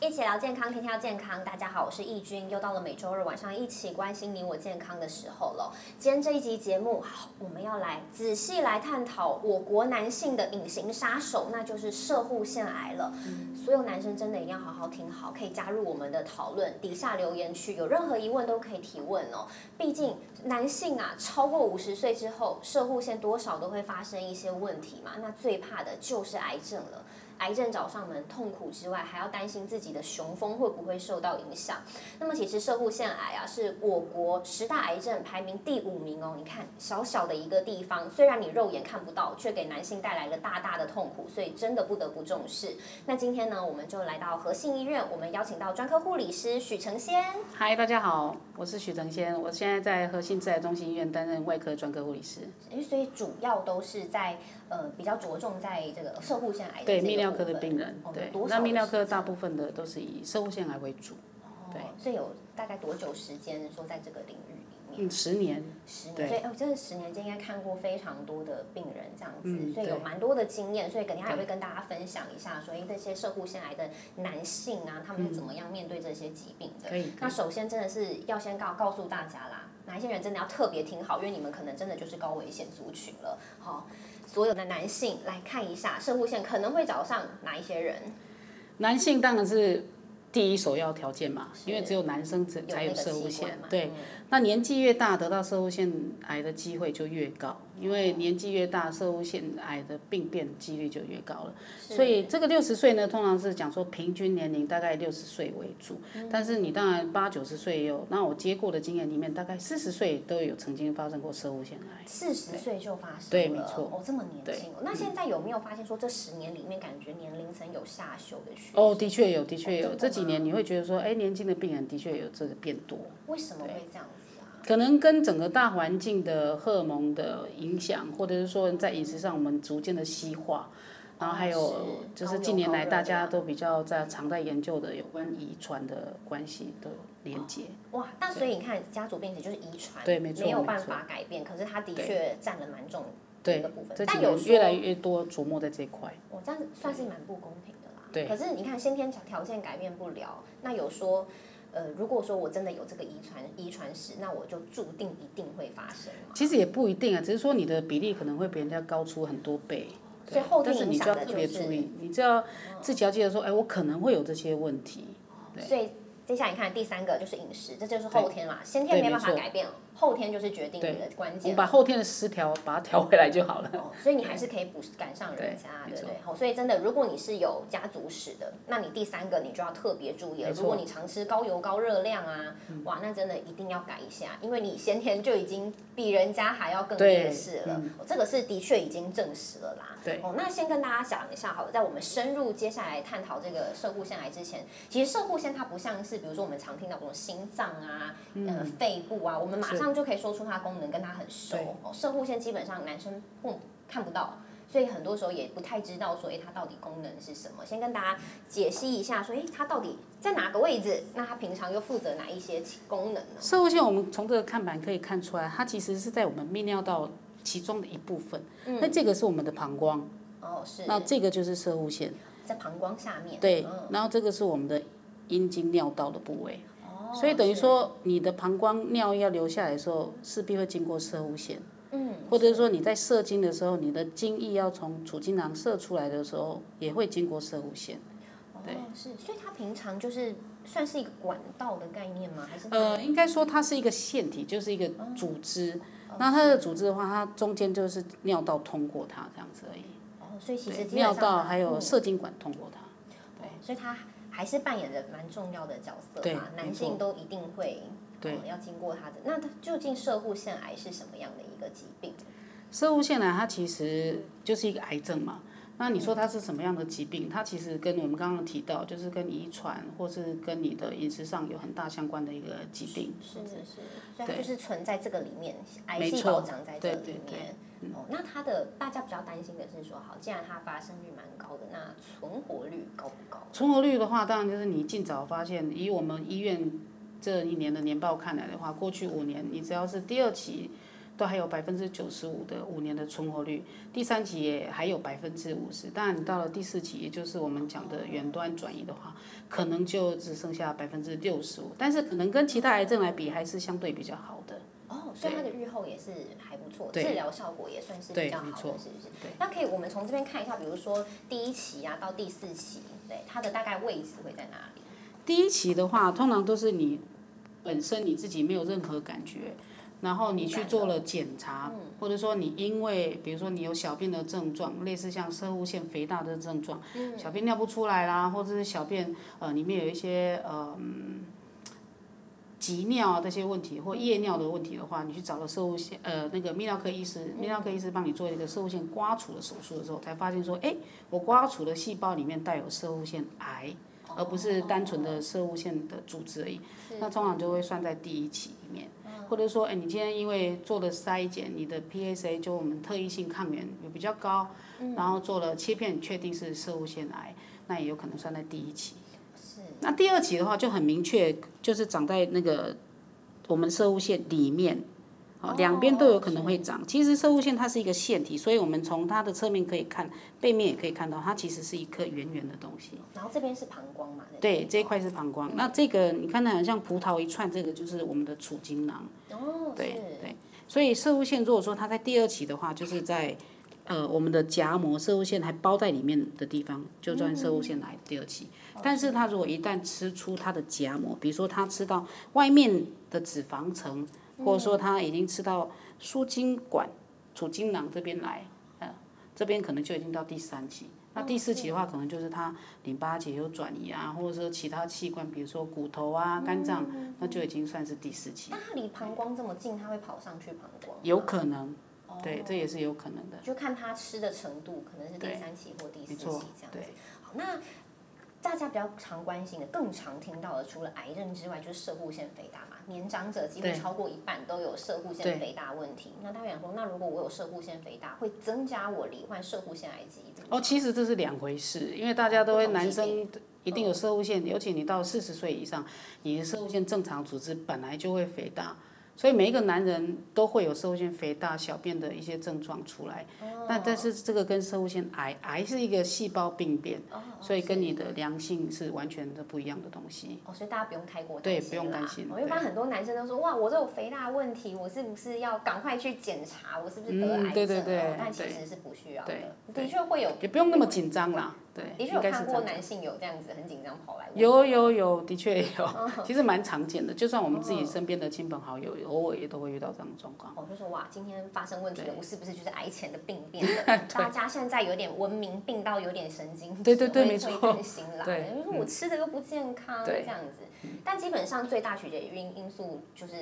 一起聊健康，天天要健康。大家好，我是易君，又到了每周日晚上一起关心你我健康的时候了。今天这一集节目，好我们要来仔细来探讨我国男性的隐形杀手，那就是射护腺癌了。所有男生真的一定要好好听好，可以加入我们的讨论，底下留言区有任何疑问都可以提问哦。毕竟男性啊，超过五十岁之后，射护腺多少都会发生一些问题嘛。那最怕的就是癌症了。癌症找上门，痛苦之外，还要担心自己的雄风会不会受到影响。那么，其实射护腺癌啊，是我国十大癌症排名第五名哦。你看，小小的一个地方，虽然你肉眼看不到，却给男性带来了大大的痛苦，所以真的不得不重视。那今天呢，我们就来到和信医院，我们邀请到专科护理师许承先。嗨，大家好，我是许承先，我现在在和信自来中心医院担任外科专科护理师，诶所以主要都是在呃比较着重在这个射护腺癌的对哎这个泌尿科部的分病人哦，对多，少那泌尿是科大部分的都是以射物腺癌为主，对哦，所以有大概多久时间说在这个领域里面？嗯，十年，十年，对所以哦，真的十年间应该看过非常多的病人这样子，嗯所以有对蛮多的经验，所以肯定还对会跟大家分享一下说，哎，这些射护腺癌的男性啊，他们是怎嗯么样面对这些疾病的。可以，那首先真的是要先告告诉大家啦，哪一些人真的要特别听好，因为你们可能真的就是高危险族群了。好、所有的男性来看一下射护腺可能会找上哪一些人，男性当然是第一首要条件嘛，是因为只有男生才才那有个射物器官腺嘛，，对，那年纪越大，得到射物腺癌的机会就越高，因为哦年纪越大，射物腺癌的病变几率就越高了。是所以这个六十岁呢，通常是讲说平均年龄大概六十岁为主，嗯但是你当然八九十岁也有。那我接过的经验里面，大概四十岁都有曾经发生过射物腺癌。四十岁就发生了，哎对没嗯错哦，这么年轻哦。那现在有没有发现说这十年里面，感觉年龄层有下修的趋势？哦，的确有，的哦确有。真的这几吗年你会觉得说，哎，年轻的病人的确有这个变多。为什么会这样子啊？可能跟整个大环境的荷尔蒙的影响，或者是说在饮食上我们逐渐的西化，然后还有哦是就高是油近年来高热大家量都比较在常在研究的有关遗传的关系的连接，哇，那所以你看，家族病史就是遗传，对没错有办法改变，可是它的确占了蛮重的一对个部分，。这几但有年说越来越多琢磨在这一块。我哦这样子算是蛮不公平的啦。对可是你看，先天条件改变不了，那有说，呃，如果说我真的有这个遗传遗传史，那我就注定一定会发生嘛。其实也不一定啊，只是说你的比例可能会比人家高出很多倍。所对以后天但是影你就响要的特就别是注意，你就要自己要记得说，哎，我可能会有这些问题。对所以接下来你看第三个就是饮食，这就是后天啦，先天对没办法没错改变，后天就是决定对你的关我们键。把后天的失调把它调回来就好了。哦，所以你还是可以补赶上人家，对对不对？好，所以真的，如果你是有家族史的，那你第三个你就要特别注意了。没错嗯如果你常吃高油高热量啊，哇，那真的一定要改一下，因为你先天就已经比人家还要更对嗯劣势了。哦这个是的确已经证实了啦。对哦，那先跟大家讲一下好了，在我们深入接下来探讨这个射护腺癌之前，其实射护腺它不像是比如说我们常听到这种心脏啊、呃肺部啊，我们马上就可以说出它功能跟它很熟嗯对。哦，射护腺基本上男生碰看不到。所以很多时候也不太知道说，哎、它到底功能是什么？先跟大家解析一下，说，哎、它到底在哪个位置？那它平常又负责哪一些功能呢？射物线，我们从这个看板可以看出来，它其实是在我们泌尿道其中的一部分。那这个是我们的膀胱，哦，嗯是那这个就是射物线，在膀胱下面。对嗯。然后这个是我们的阴茎尿道的部位，哦所以等于是说你的膀胱尿要流下来的时候，势必会经过射物线，嗯，或者是说你在射精的时候，你的精液要从储精囊射出来的时候，也会经过射物线。哦，对是，所以它平常就是算是一个管道的概念吗？还是它呃，应该说它是一个腺体，就是一个组织。哦那它的组织的话，它中间就是尿道通过它这样子而已。哦，所以其实对基本尿上它道还有嗯射精管通过它。哦所以它还是扮演着蛮重要的角色对嘛。男没性都一定会对哦要经过它的。那它究竟射护腺癌是什么样的一个疾病？射物腺癌它其实就是一个癌症嘛。那你说它是什么样的疾病？它其实跟我们刚刚提到，就是跟遗传或是跟你的饮食上有很大相关的一个疾病。是是是，所以它就是存在这个里面，癌没细错胞长在这对里对对面。哦，那它的大家比较担心的是说，好，既然它发生率蛮高的，那存活率高不高？存活率的话，当然就是你尽早发现。以我们医院这一年的年报看来的话，过去五年你只要是第二期都还有百分之九十五的五年的存活率，第三期也还有百分之五十。当然，你到了第四期，也就是我们讲的远端转移的话，可能就只剩下百分之六十五，但是可能跟其他癌症来比，还是相对比较好的。哦，所以它的日后也是还不错，治对疗效果也算是比对较好没的，是错不是？那可以，我们从这边看一下，比如说第一期啊到第四期，对它的大概位置会在哪里？第一期的话，通常都是你本身你自己没有任何感觉，然后你去做了检查，或者说你因为比如说你有小便的症状，类似像射物腺肥大的症状，小便尿不出来啦，或者是小便呃里面有一些呃。嗯急尿啊这些问题或夜尿的问题的话，你去找了射物腺呃那个泌尿科医师，泌尿科医师帮你做一个射物腺刮除的手术的时候，才发现说，哎，我刮除的细胞里面带有射物腺癌。而不哦是单纯的射物线的组织而已。那通常就会算在第一期里面，或者说，哎，你今天因为做了筛检，你的 PSA 就我们特异性抗原有比较高，然后做了切片，确定是射物腺癌，那也有可能算在第一期。是那第二期的话就很明确，就是长在那个我们射物线里面，好、哦两边都有可能会长。其实射物线它是一个腺体，所以我们从它的侧面可以看，背面也可以看到，它其实是一颗圆圆的东西。然后这边是膀胱嘛，不对，这一块是膀胱。那这个你看它很像葡萄一串，这个就是我们的储精囊。哦，对是对，所以射物线如果说它在第二期的话，就是在呃我们的夹膜射物线还包在里面的地方，就算射物线来第二期。嗯但是它如果一旦吃出它的夹膜，比如说它吃到外面的脂肪层，或者说它已经吃到输精管、储精囊这边来，呃，这边可能就已经到第三期。那第四期的话，可能就是它淋巴结有转移啊，或者说其他器官，比如说骨头啊、肝脏，那就已经算是第四期。但它离膀胱这么近，它会跑上去膀胱吗，有可能，对，这也是有可能的。就看它吃的程度，可能是第对三期或第四期没错这样子对。好，那大家比较常关心的、更常听到的，除了癌症之外，就是射护腺肥大嘛。年长者几乎对超过一半都有射护腺对肥大问题。那大家想说，那如果我有射护腺肥大，会增加我罹患射护腺癌疾病？哦，其实这是两回事，因为大家都会不同疾嗯男生一定有射物腺，尤其你到四十岁以上，你的射物腺正常组织本来就会肥大，所以每一个男人都会有射物腺肥大、小便的一些症状出来。哦那但是这个跟射物腺癌，癌是一个细胞病变，哦所以跟你的良性是完全的不一样的东西。哦，所以大家不用太过对担心不用啦担心哦因为对不然很多男生都说，哇，我这有肥大问题，我是不是要赶快去检查，我是不是得癌症了？哦嗯对对对但其对实是不需要的对，的确会有，也不用那么紧张啦，对，的确应有该是看这过样。男性有这样子很紧张跑来问有有有，的确嗯有，其实蛮常见的。就算我们自己身边的亲朋好友，偶尔也都会遇到这样的状况。我哦就说哇，今天发生问题了，我是不是就是癌前的病变 了？大家现在有点文明病到有点神经质，对对对会没错会担 心啦。对嗯因为我吃的又不健康，对嗯这样子。但基本上最大取决因因素就是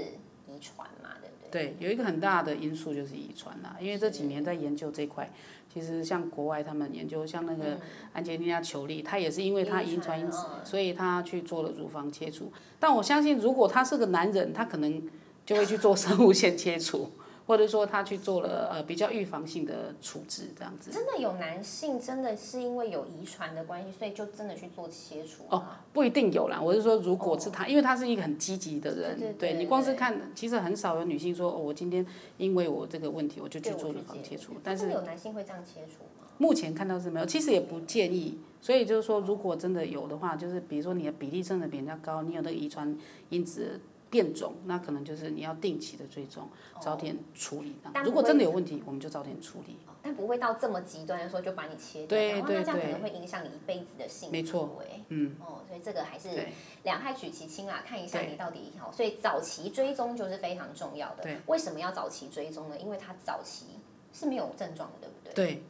遗传嘛，对不对？对，有一个很大的因素就是遗传啦，因为这几年在研究这块，其实像国外他们研究，像那个安吉丽娜·裘丽，她也是因为她遗传因子嗯遗传，所以她去做了乳房切除。但我相信，如果她是个男人，他可能就会去做生物线切除，或者说他去做了呃比较预防性的处置这样子。真的有男性真的是因为有遗传的关系，所以就真的去做切除哦吗，不一定有啦。我是说，如果是他，因为他是一个很积极的人，对对对你光是对看，其实很少有女性说，哦，我今天因为我这个问题，我就去对做我乳去房介切除入。但真是的有男性会这样切除吗？目前看到是没有，其实也不建议。所以就是说，如果真的有的话，就是比如说你的比例真的比人家高，你有那个遗传因子变种，那可能就是你要定期的追踪，早点处理。哦但如果不会真的有问题，我们就早点处理。哦但不会到这么极端的说就把你切掉，对然后对那这样可对能会影响你一辈子的幸福。没错哎，嗯，哦，所以这个还是对两害取其轻啦，看一下对你到底好。所以早期追踪就是非常重要的对。为什么要早期追踪呢？因为它早期是没有症状的，对不对？对，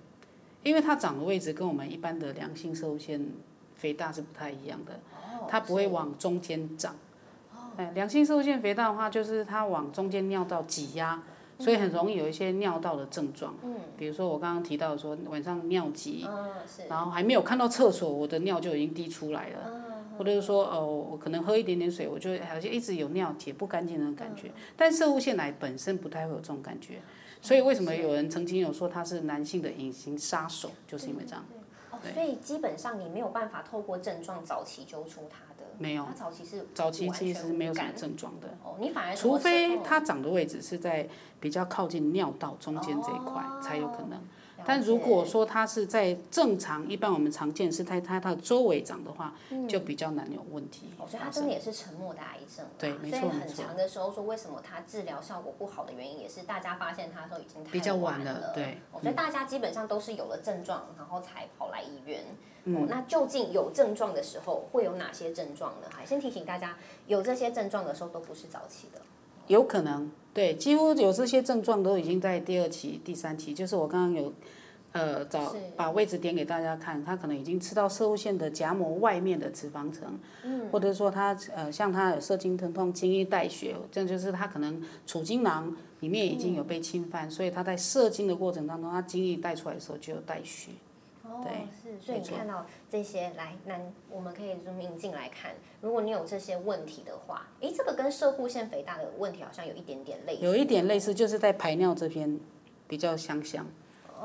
因为它长的位置跟我们一般的良性射腺肥大是不太一样的。哦它不会往中间长。哎，良性受腺肥大的话，就是它往中间尿道挤压，所以很容易有一些尿道的症状。嗯，比如说我刚刚提到说晚上尿急，嗯，是嗯然后还没有看到厕所，我的尿就已经滴出来了。或者是说，哦，我可能喝一点点水，我就好像一直有尿解不干净的感嗯觉。但射物腺癌本身不太会有这种感觉，所以为什么有人曾经有说它是男性的隐形杀嗯手，就是因为这样。哦，所以基本上你没有办法透过症状早期揪出它的。的？没有它早期是早期完其全实没有无什么感症状的，哦，你反而哦什除么时非候它长的位置是在比较靠近尿道中间这一块哦才有可能。了但如解果说它是在正常，一般我们常见是在它它的周围长的话，就比较难有问题哦，所以它发真的生。也是沉默的癌症啦。对没所错以没很错长的时候说，为什么它治疗效果不好的原因，也是大家发现它的时候已经太比较晚晚了对嗯哦所以大家基本上都是有了症状，然后才跑来医院。嗯哦，那究竟有症状的时候会有哪些症状呢？还先提醒大家，有这些症状的时候都不是早期的。有可能，对，几乎有这些症状都已经在第二期、第三期，就是我刚刚有，呃，找是把位置点给大家看，它可能已经吃到射物线的夹膜外面的脂肪层，嗯、或者说它呃，像它有射精疼痛、精液带血，这就是它可能储精囊里面已经有被侵犯，所以它在射精的过程当中，它精液带出来的时候就有带血。哦对，是，所以没你错看到这些，来，那我们可以 zoom in 进来看，如果你有这些问题的话，诶，这个跟射护腺肥大的问题好像有一点点类似，有一点类似，就是在排尿这边比较相像。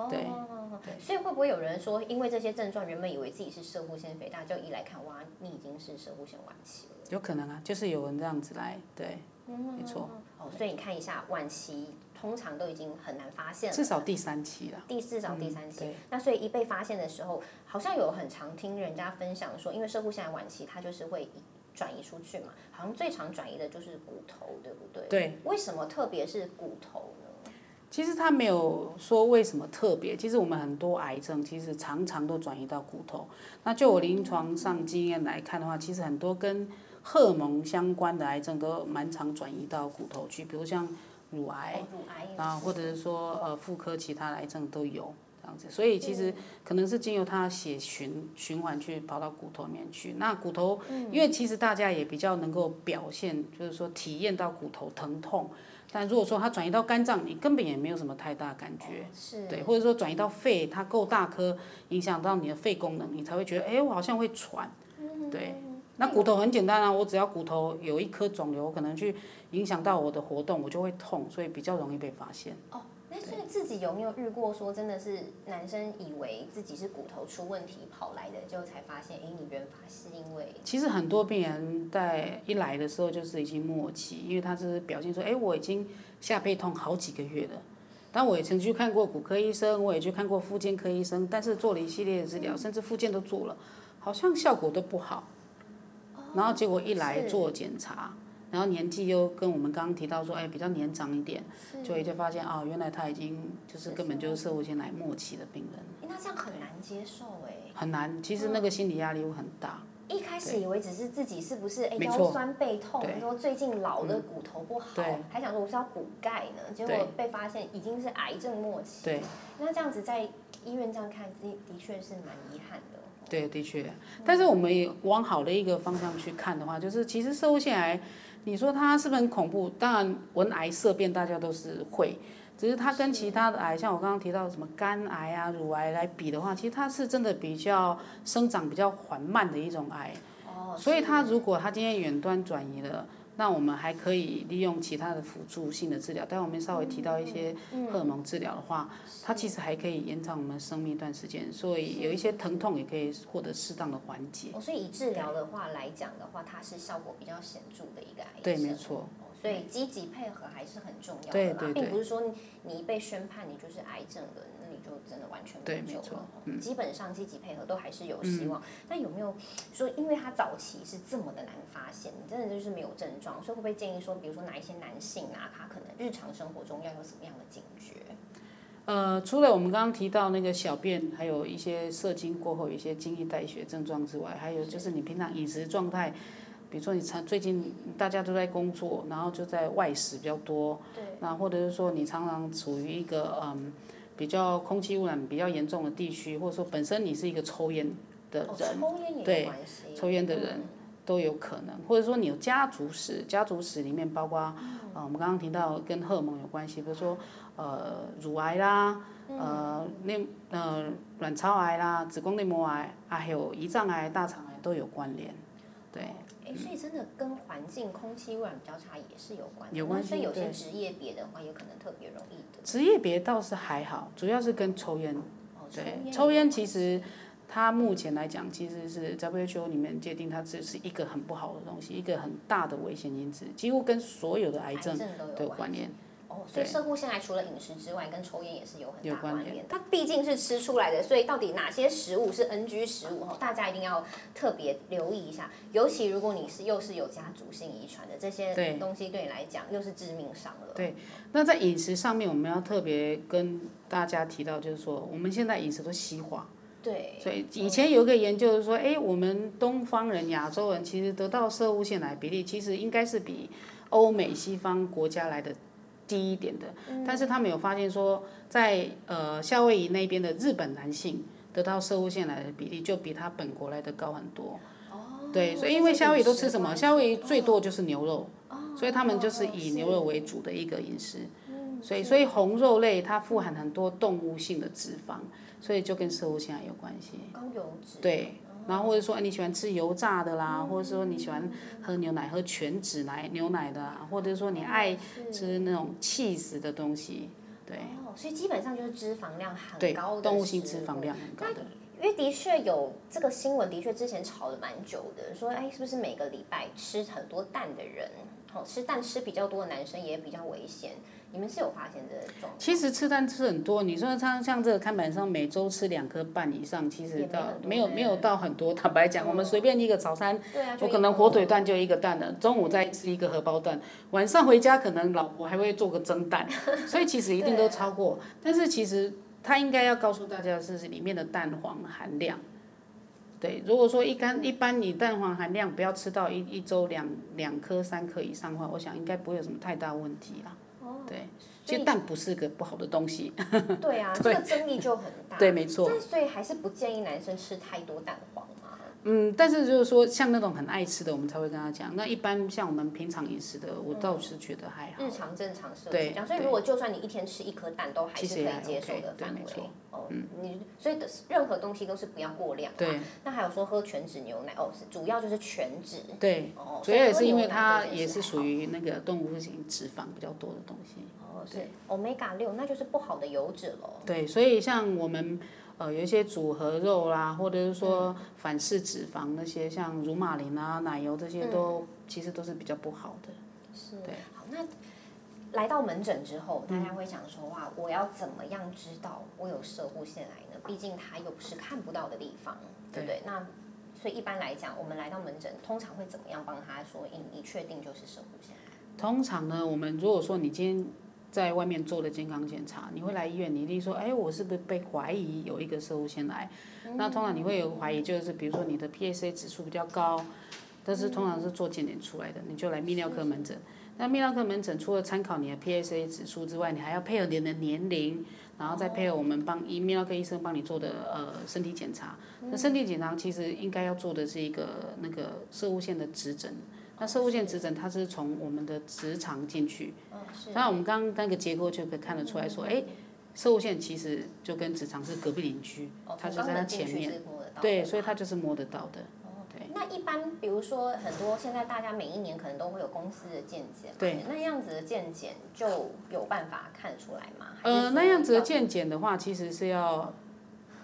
对哦，所以会不会有人说，因为这些症状，原本以为自己是射护腺肥大，就一来看，哇，你已经是射护腺晚期了。有可能啊，就是有人这样子来，对，没错，哦，所以你看一下，晚期通常都已经很难发现了，至少第三期啦。第至少第三期。对那所以一被发现的时候，好像有很常听人家分享说，因为射护腺癌晚期，它就是会移转移出去嘛，好像最常转移的就是骨头，对不对？对，为什么特别是骨头呢？其实他没有说为什么特别，其实我们很多癌症其实常常都转移到骨头。那就我临床上经验来看的话，其实很多跟荷尔蒙相关的癌症都蛮常转移到骨头去，比如像乳癌哦、乳癌也啊，是或者是说呃妇科其他癌症都有这样子，所以其实可能是经由它的血循循环去跑到骨头里面去。那骨头，因为其实大家也比较能够表现，就是说体验到骨头疼痛，但如果说它转移到肝脏，你根本也没有什么太大感觉。是对，或者说转移到肺，它够大颗，影响到你的肺功能，你才会觉得，哎，我好像会喘。对，那骨头很简单啊，我只要骨头有一颗肿瘤，可能去影响到我的活动，我就会痛，所以比较容易被发现。哦，那所以自己有没有遇过说真的是男生以为自己是骨头出问题跑来的，就才发现，哎，你原发是因为其实很多病人在一来的时候就是已经末期，因为他是表现说，哎，我已经下背痛好几个月了。但我也曾去看过骨科医生，我也去看过复健科医生，但是做了一系列的治疗，甚至复健都做了，好像效果都不好。然后结果一来是做检查，然后年纪又跟我们刚刚提到说，哎，比较年长一点，是就就发现啊、原来他已经就是根本就是射物腺癌末期的病人，诶那这样很难接受哎。很难。其实那个心理压力会很大。一开始以为只是自己是不是哎没腰错酸背痛，对嗯说最近老了骨头不好对，还想说我是要补钙呢，结果对被发现已经是癌症末期。对，那这样子在医院这样看，的的确是蛮遗憾的哦。对，的确，但是我们也往好的一个方向去看的话，就是其实射物腺癌，你说它是不是很恐怖？当然，闻癌色变大家都是会，只是它跟其他的癌，像我刚刚提到什么肝癌啊、乳癌来比的话，其实它是真的比较生长比较缓慢的一种癌，哦，所以是它如果它今天远端转移了。那我们还可以利用其他的辅助性的治疗，但我们稍微提到一些嗯荷尔蒙治疗的话，它其实还可以延长我们生命一段时间，所以有一些疼痛也可以获得适当的缓解。哦，所以以治疗的话来讲的话，它是效果比较显著的一个癌症。对，没错，哦所以积极配合还是很重要的啦，对对对并不是说你你一被宣判你就是癌症了，那你就真的完全对没没救错嗯了。嗯、基本上积极配合都还是有希望。但有没有说，因为它早期是这么的难发现，你真的就是没有症状，所以会不会建议说，比如说哪一些男性啊，他可能日常生活中要有什么样的警觉？呃，除了我们刚刚提到那个小便，还有一些射精过后有一些精液带血症状之外，还有就是你平常饮食状态，比如说你常最近大家都在工作，然后就在外食比较多，对，那或者是说你常常处于一个嗯比较空气污染比较严重的地区，或者说本身你是一个抽烟的哦，人，抽烟哎也对有关系，嗯抽烟的人都有可能，或者说你有家族史，家族史里面包括，呃，我们刚刚提到跟荷尔蒙有关系，比如说呃乳癌啦，呃内呃卵巢癌啦，子宫内膜癌啊，还有胰脏癌、大肠癌都有关联，对。嗯哎，所以真的跟环境、空气污染比较差也是有关的，有关那所以系有些对职业别的话，也可能特别容易得。职业别倒是还好，主要是跟抽烟，哦，对，也抽有烟关其实系它目前来讲，其实是 WHO 里面界定它只是一个很不好的东西，一个很大的危险因子，几乎跟所有的癌症都都有有关联。哦，所以对射护腺癌除了饮食之外，跟抽烟也是有很有大关关联联。它毕竟是吃出来的，所以到底哪些食物是 NG 食物哦，大家一定要特别留意一下。尤其如果你是又是有家族性遗传的这些对东西，对你来讲又是致命伤了。对那在饮食上面，我们要特别跟大家提到，就是说我们现在饮食都西化。对，所以以前有一个研究是说，哎，我们东方人、亚洲人其实得到射物腺癌比例，其实应该是比欧美西方国家来的低一点的。但是他们有发现说，在呃夏威夷那边的日本男性得到射物腺癌的比例，就比他本国来的高很多。哦对，所以因为夏威夷都吃什么？夏威夷最多，多就是牛肉，所以他们就是以牛肉为主的一个饮食。所以，所以红肉类它富含很多动物性的脂肪，所以就跟射物腺癌有关系。高油脂。对，然后或者说哎你喜欢吃油炸的啦，或者说你喜欢喝牛奶、喝全脂奶牛奶的啊，或者说你爱吃那种 cheese 的东西，对哦，所以基本上就是脂肪量很对高的，动物性脂肪。量很高的。因为的确有这个新闻，的确之前吵了蛮久的，说哎，是不是每个礼拜吃很多蛋的人，好、吃蛋吃比较多的男生也比较危险？你们是有发现这个状况？其实吃蛋吃很多，你说像像这个看板上每周吃两颗半以上，其也实没到很多没有呢没有到很多。 坦白讲，我们随便一个早餐，对 啊，就我一可能个火腿蛋就一个蛋了，中午再吃一个荷包蛋，晚上回家可能老婆还会做个蒸蛋，所以其实一定都超过。但是其实它应该要告诉大家的是里面的蛋黄含量。对，如果说一般一般你蛋黄含量不要吃到一一周两两颗三颗以上的话，我想应该不会有什么太大问题啦。对，所其以实蛋不是个不好的东西。对啊，这个争议就很大。对，没错。但所以还是不建议男生吃太多蛋黄嘛。嗯，但是就是说，像那种很爱吃的，我们才会跟他讲。那一般像我们平常饮食的，我倒是觉得还好。日常正常摄取对这样，所以对如果就算你一天吃一颗蛋，都还其是实可也以还接受 OK，的对范没围错。哦，你所以的任何东西都是不要过量。啊对。那还有说喝全脂牛奶哦，是主要就是全脂。对，哦，主要也所是以因喝为牛奶它这件也事是还属好于那个动物性脂肪比较多的东西。哦，是 omega 六，那就是不好的油脂喽。对，所以像我们呃有一些组合肉啦，或者是嗯说反式脂肪那些，像乳马林啊、奶油这些嗯都、其实都是比较不好的。是对，好，那来到门诊之后，嗯大家会想说哇，我要怎么样知道我有射护腺癌呢？毕竟它又不是看不到的地方，对不对？那所以一般来讲，我们来到门诊，通常会怎么样帮他说？诶，你确定就是射护腺癌？通常呢，我们如果说你今天在外面做了健康检查，你会来医院，你一定说，哎，我是不是被怀疑有一个射物腺癌？那通常你会有怀疑，就是比如说你的 PSA 指数比较高，但是通常是做检检出来的，你就来泌尿科门诊。那泌尿科门诊除了参考你的 PSA 指数之外，你还要配合你的年龄，然后再配合我们帮医泌尿科医生帮你做的呃身体检查。那身体检查其实应该要做的是一个那个射物线的指诊。那射物线指诊它是从我们的直肠进去，嗯，是。那我们刚刚那个结构就可以看得出来嗯说，哎，射物线其实就跟直肠是隔壁邻居，哦，它从就肛在它门进前去面，是摸得到的对，嘛所以它就是摸得到的。对那一般，比如说很多现在大家每一年可能都会有公司的健检嘛，对，那样子的健检就有办法看出来吗？还是呃，说那样子的要健检的话，其实是要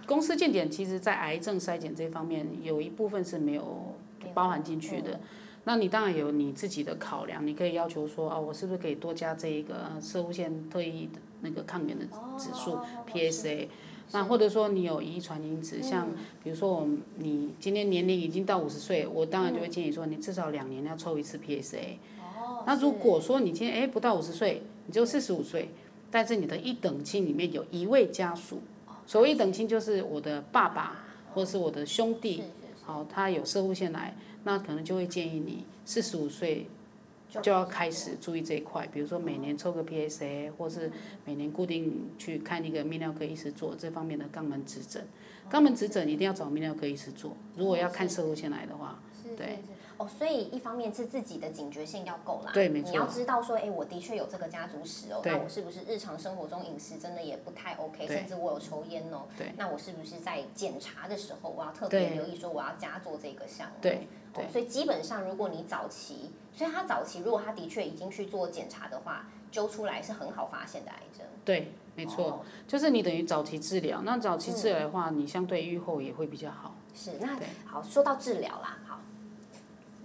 公司健检，其实在癌症筛检这方面有一部分是没有包含进去嗯的。那你当然有你自己的考量，你可以要求说，哦，我是不是可以多加这一个呃射物腺特异的那个抗原的哦指数、PSA？那或者说你有遗传因嗯子，像比如说我们你今天年龄已经到五十岁，我当然就会建议说，你至少两年要抽一次 PSA。哦，那如是果说你今天哎不到五十岁，你就四十五岁，但是你的一等亲里面有一位家属，哦所谓一等亲就是我的爸爸或是我的兄弟，是是好、他有射物腺癌，那可能就会建议你四十五岁就就要开始注意这一块，比如说每年抽个 PSA，或是每年固定去看一个泌尿科医师做这方面的肛门指诊。肛门指诊一定要找泌尿科医师做，如果要看射物腺癌的话，是对是是哦，所以一方面是自己的警觉性要够啦，对没你要错知道说，哎，我的确有这个家族史哦，那对我是不是日常生活中饮食真的也不太 OK，对甚至我有抽烟哦，对，那我是不是在检查的时候，我要特别对留意说我要加做这个项目，对对哦，所以基本上如果你早期，所以他早期如果他的确已经去做检查的话，揪出来是很好发现的癌症。对，没错，哦就是你等于早期治疗。那早期治疗的话，你相对预后也会比较好。是那对好，说到治疗啦，好，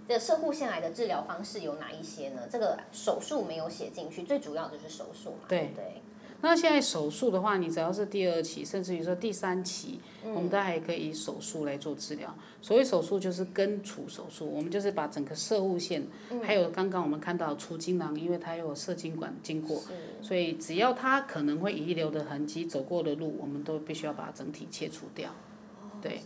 这个射护腺癌的治疗方式有哪一些呢？这个手术没有写进去，最主要就是手术嘛。对对，那现在手术的话，你只要是第二期，甚至于说第三期，我们都还可以以手术来做治疗。所谓手术就是根除手术，我们就是把整个射物线，还有刚刚我们看到除精囊，因为它有射精管经过，是所以只要它可能会遗留的痕迹、走过的路，我们都必须要把它整体切除掉。对是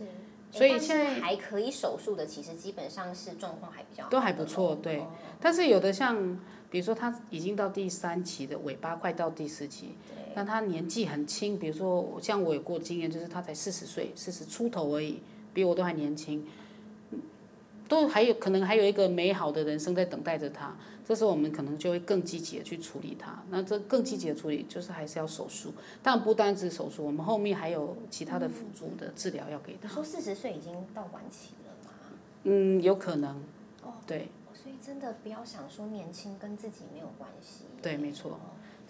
所以诶但是现在还可以手术的，其实基本上是状况还比较好都还不的错咯对哦但是有的像，比如说他已经到第三期的尾巴，快到第四期，对，那他年纪很轻，比如说我像我有过经验，就是他才四十岁，四十出头而已，比我都还年轻，都还有可能还有一个美好的人生在等待着他。这时候我们可能就会更积极的去处理它。那这更积极的处理就是还是要手术，但不单只手术，我们后面还有其他的辅助的治疗要给你他。说四十岁已经到晚期了嘛？嗯，有可能，对哦所以真的不要想说年轻跟自己没有关系。对，没错。哦。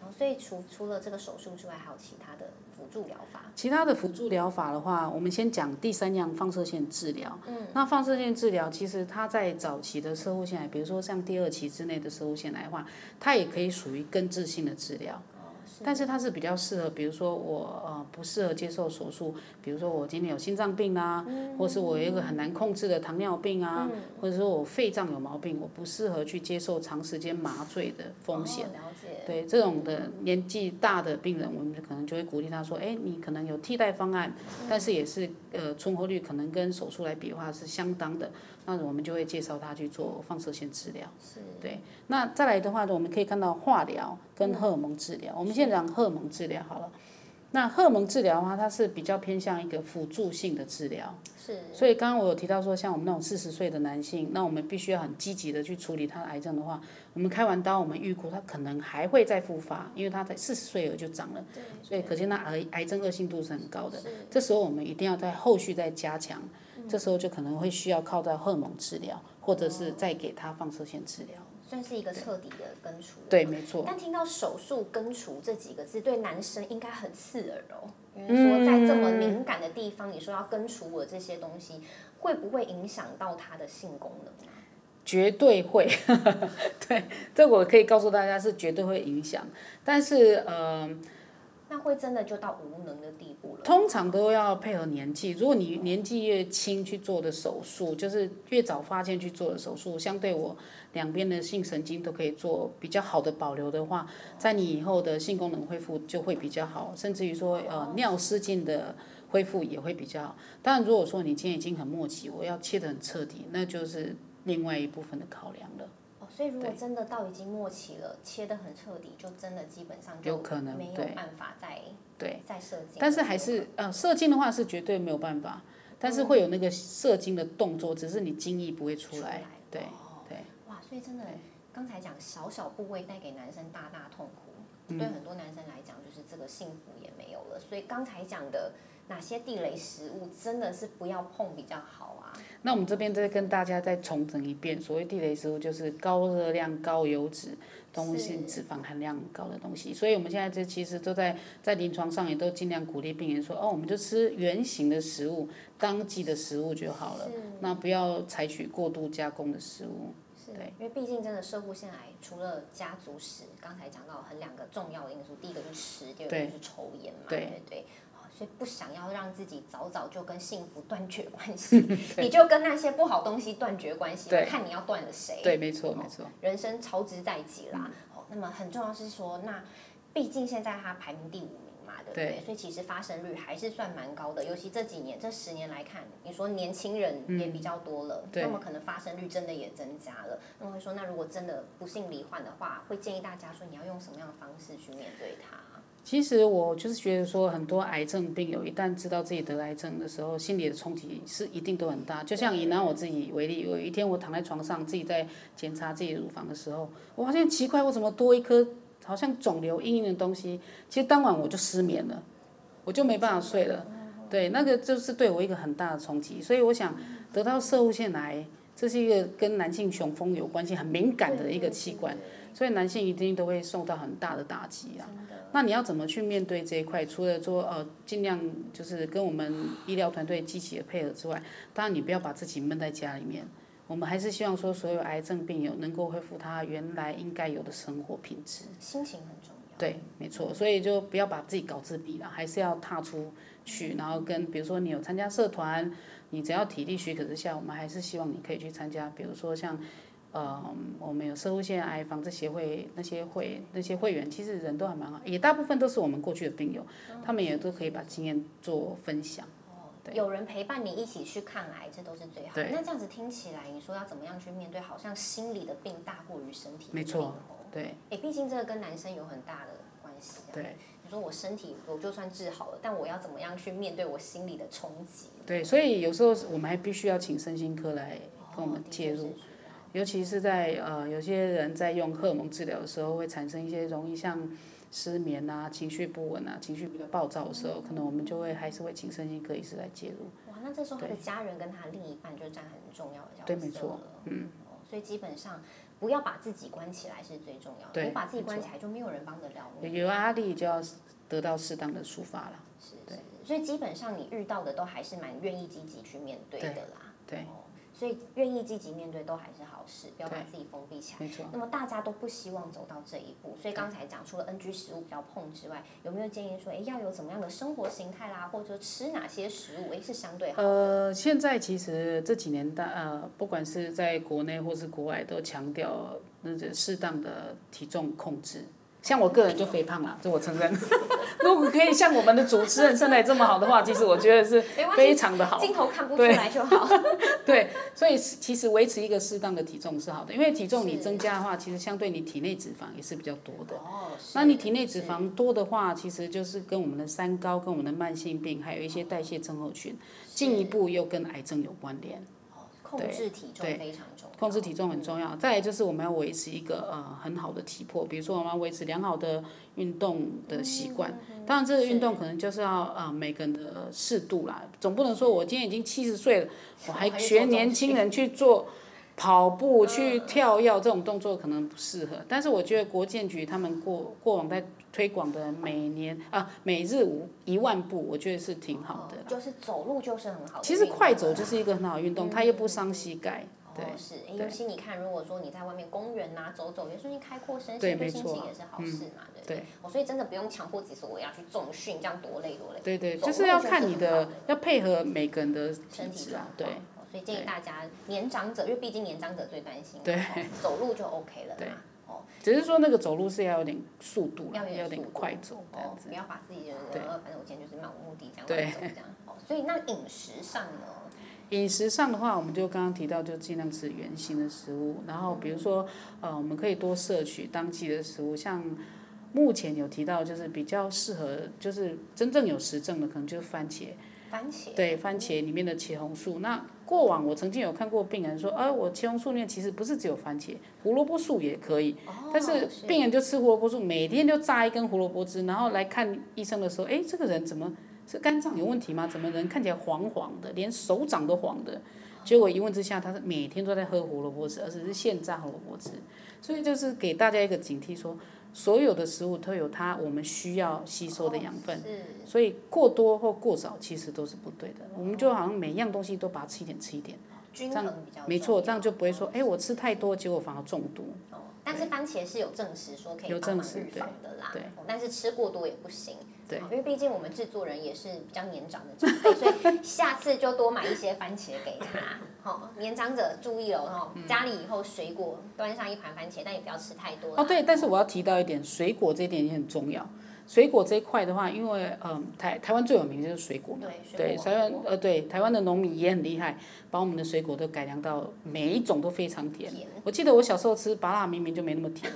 然后，所以除除了这个手术之外，还有其他的辅助疗法。其他的辅助疗法的话，我们先讲第三样放射线治疗。嗯，那放射线治疗其实它在早期的射物腺癌，比如说像第二期之内的射物腺癌的话，它也可以属于根治性的治疗。哦，是但是它是比较适合，比如说我呃不适合接受手术，比如说我今天有心脏病啊，嗯或是我有一个很难控制的糖尿病啊，或者说我肺脏有毛病，我不适合去接受长时间麻醉的风险。哦了解。对这种的年纪大的病人，我们就可能就会鼓励他说：“哎，你可能有替代方案，但是也是呃存活率可能跟手术来比的话是相当的。”那我们就会介绍他去做放射线治疗。是。对，那再来的话，我们可以看到化疗跟荷尔蒙治疗。我们先讲荷尔蒙治疗好了。那荷尔蒙治疗的话，它是比较偏向一个辅助性的治疗。是。所以刚刚我有提到说，像我们那种四十岁的男性，那我们必须要很积极的去处理他的癌症的话，我们开完刀，我们预估他可能还会再复发，因为他在四十岁了就长了，对。所以可见他癌癌症恶性度是很高的。这时候我们一定要在后续再加强，这时候就可能会需要靠到荷尔蒙治疗，或者是再给他放射线治疗。算是一个彻底的根除。对，。没错。但听到手术根除这几个字，对男生应该很刺耳哦。因为说在这嗯么敏感的地方，你说要根除我这些东西，会不会影响到他的性功能啊？绝对会， 对，这我可以告诉大家是绝对会影响，但是呃，那会真的就到无能的地步了。通常都要配合年纪，如果你年纪越轻去做的手术，就是越早发现去做的手术，相对我两边的性神经都可以做比较好的保留的话，在你以后的性功能恢复就会比较好，甚至于说呃尿失禁的恢复也会比较好。当然，如果说你今天已经很末期，我要切得很彻底，那就是另外一部分的考量了，哦，所以如果真的到已经末期了，切得很彻底，就真的基本上就有可能没有对办法再对。再射精了。但是还是呃，射精的话是绝对没有办法，但是会有那个射精的动作，只是你精液不会出来。对对，哦哇，所以真的，刚才讲小小部位带给男生大大痛苦，嗯对很多男生来讲，就是这个幸福也没有了。所以刚才讲的哪些地雷食物，真的是不要碰比较好啊。那我们这边再跟大家再重整一遍，所谓地雷食物就是高热量、高油脂、动物性脂肪含量很高的东西。所以我们现在这其实都在在临床上也都尽量鼓励病人说，哦，我们就吃原形的食物、当季的食物就好了，那不要采取过度加工的食物。是，因为毕竟真的射护腺癌，除了家族史，刚才讲到很两个重要的因素，第一个就是吃，第二个就是抽烟嘛，对对对。哦所以不想要让自己早早就跟幸福断绝关 系，你就跟那些不好东西断绝关系，对看你要断了谁。对，没错，没错。人生超之在己啦。嗯哦，那么很重要是说，那毕竟现在它排名第五名嘛，对不对？所以其实发生率还是算蛮高的，尤其这几年这十年来看，你说年轻人也比较多了，嗯对那么可能发生率真的也增加了。那么会说，那如果真的不幸罹患的话，会建议大家说你要用什么样的方式去面对它？其实我就是觉得说，很多癌症病友一旦知道自己得癌症的时候，心理的冲击是一定都很大。就像以拿我自己为例，有一天我躺在床上自己在检查自己乳房的时候，我发现奇怪，我怎么多一颗好像肿瘤硬硬的东西？其实当晚我就失眠了，我就没办法睡了。对，那个就是对我一个很大的冲击。所以我想，得到射物腺癌这是一个跟男性雄风有关系、很敏感的一个器官，所以男性一定都会受到很大的打击啊。那你要怎么去面对这一块？除了说呃，尽量就是跟我们医疗团队积极的配合之外，当然你不要把自己闷在家里面。我们还是希望说，所有癌症病友能够恢复他原来应该有的生活品质。心情很重要。对，没错，所以就不要把自己搞自闭了，还是要踏出去，然后跟比如说你有参加社团，你只要体力许可之下，我们还是希望你可以去参加，比如说像，呃，我们有社会腺癌防治协会那些会那些会员，其实人都还蛮好，也大部分都是我们过去的病友，他们也都可以把经验做分享。哦有人陪伴你一起去抗癌，这都是最好的。对那这样子听起来，你说要怎么样去面对？好像心理的病大过于身体的没病错哦。对哎，毕竟这个跟男生有很大的关系啊。对你说我身体我就算治好了，但我要怎么样去面对我心理的冲击？对，所以有时候我们还必须要请身心科来跟我们哦介的确是入。。需要尤其是在呃，有些人在用荷尔蒙治疗的时候，会产生一些容易像失眠啊、情绪不稳啊、情绪比较暴躁的时候，可能我们就会还是会请身心科医师来介入。哇，那这时候他的家人跟他另一半就占很重要的角色了。对没错嗯、所以基本上不要把自己关起来是最重要的。对你把自己没错关起来，就没有人帮得了你。有压力就要得到适当的抒发了。是，是所以基本上你遇到的都还是蛮愿意积极去面对的啦。对对哦所以愿意积极面对都还是好事，不要把对自己封闭起来。没错，那么大家都不希望走到这一步，所以刚才讲除了 NG 食物比较碰之外，有没有建议说，哎，要有怎么样的生活形态啦，或者吃哪些食物，哎，是相对好呃，现在其实这几年大呃，不管是在国内或是国外，都强调那个适当的体重控制。像我个人就肥胖啦，这我承认。如果可以像我们的主持人身材这么好的话，其实我觉得是没关系非常的好。镜头看不出来就好。对，所以是其实维持一个适当的体重是好的，因为体重你是增加的话，其实相对你体内脂肪也是比较 多的。哦，是那你体内脂是肪多的话，其实就是跟我们的三高、跟我们的慢性病，还有一些代谢症候群，进一步又跟癌症有关联。哦控制体重非常重要，控制体重很重要。再来就是我们要维持一个呃很好的体魄，比如说我们要维持良好的运动的习惯。当然，这个运动可能就是要呃每个人的适度啦，总不能说我今天已经七十岁了，我还还做学重年训轻人去做。跑步去跳跃这种动作可能不适合，但是我觉得国健局他们过过往在推广的每年啊每日五一万步，我觉得是挺好的哦啦。就是走路就是很哦好的运动。其实快走就是一个很好的运动，它又不伤膝盖。对哦，是，诶尤其你看，如果说你在外面公园呐、走走，也顺便开阔身心，对对没心错情啊也是好事嘛，对不对。哦，所以真的不用强迫自己说我要去重训，这样多累多累。对对，走就是路要就看是你很的好的，要配合每个人的体身体质状啊况，对，哦所以建议大家年长者，因为毕竟年长者最担心嘛，对哦，走路就 OK 了对嘛，哦，只是说那个走路是要有点速度啦，要有要有点速度快走这哦样，子不。要把自己的，对呃反正我今天就是漫无目的这样对乱走这样，哦，所以那饮食上呢，饮食上的话，我们就刚刚提到，就尽量吃原形的食物，然后嗯比如说，呃，我们可以多摄取当季的食物，像目前有提到就是比较适合，就是真正有实证的，可能就是番茄。番茄，对，番茄里面的茄红素。那过往我曾经有看过病人说，啊，我茄红素里面其实不是只有番茄，胡萝卜素也可以。哦但是是病人就吃胡萝卜素，每天就榨一根胡萝卜汁，然后来看医生的时候，哎，这个人怎么是肝脏有问题吗？怎么人看起来黄黄的，连手掌都哦黄的？结果一问之下，他是每天都在喝胡萝卜汁，而且是现榨胡萝卜汁。所以就是给大家一个警惕说所有的食物都有它我们需要吸收的养分。哦是。所以过多或过少其实都是不对的。我们就好像每样东西都把它吃一点吃一点，均这样衡比较没重错，要这样就不会说，哎，我吃太多，结果反而中毒。哦，但是番茄是有证实说可以有帮忙证实预防的啦，对哦但是吃过多也不行，对哦因为毕竟我们制作人也是比较年长的长辈，所以下次就多买一些番茄给 他。好、年长者注意了哦，嗯家里以后水果端上一盘番茄，但也不要吃太多啦。哦，对，但是我要提到一点，水果这一点也很重要。水果这一块的话，因为嗯，台台湾最有名就是水果嘛，对水对，果台湾呃对，台湾的农民也很厉害，把我们的水果都改良到每一种都非常甜。甜我记得我小时候吃芭辣明明就没那么甜，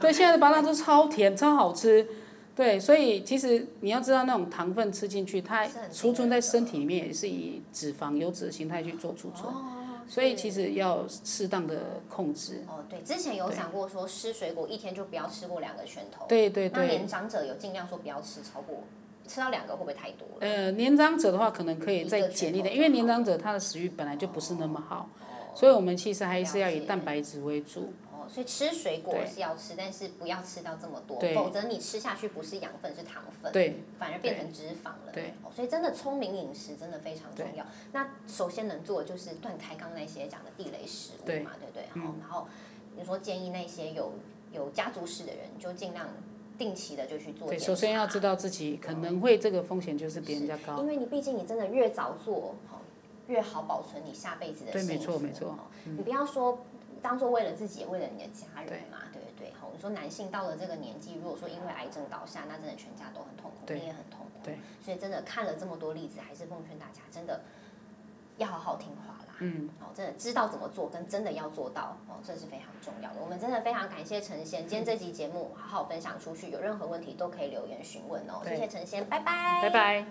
对，现在的芭辣都超甜，超好吃。对，所以其实你要知道，那种糖分吃进去，它是很储存在惊人身的体里面，也是以脂肪、油脂的形态去做储存，哦，所以是其实要适当的控制。哦对，之前有讲过说吃水果一天就不要吃过两个拳头，对对那对。年长者有尽量说不要吃超过，吃到两个会不会太多了？呃，年长者的话，可能可以再减一个拳头一就点，因为年长者他的食欲本来就不是那么好，所以我们其实还是要以了解蛋白质为主。哦，所以吃水果对是要吃，但是不要吃到这么多，对否则你吃下去不是养分是糖分，对，反而变成脂肪了。对哦，所以真的聪明饮食真的非常重要。那首先能做的就是断开刚刚那些讲的地雷食物对嗯嘛，对不对？好，然后你说建议那些有有家族史的人，就尽量定期的就去做对，检查。首先要知道自己可能会这个风险就是比人家高。因为你毕竟你真的越早做，好越好保存你下辈子的对幸福。没错没错嗯哦你不要说当做为了自己，也为了你的家人嘛，对不对？好，你说男性到了这个年纪，如果说因为癌症倒下，那真的全家都很痛苦，对你也很痛苦。对，所以真的看了这么多例子，还是奉劝大家，真的要好好听话啦。嗯，哦，真的知道怎么做，跟真的要做到，哦，这是非常重要的。我们真的非常感谢陈先，今天这集节目好好分享出去，有任何问题都可以留言询问哦。对谢谢陈先，拜拜拜。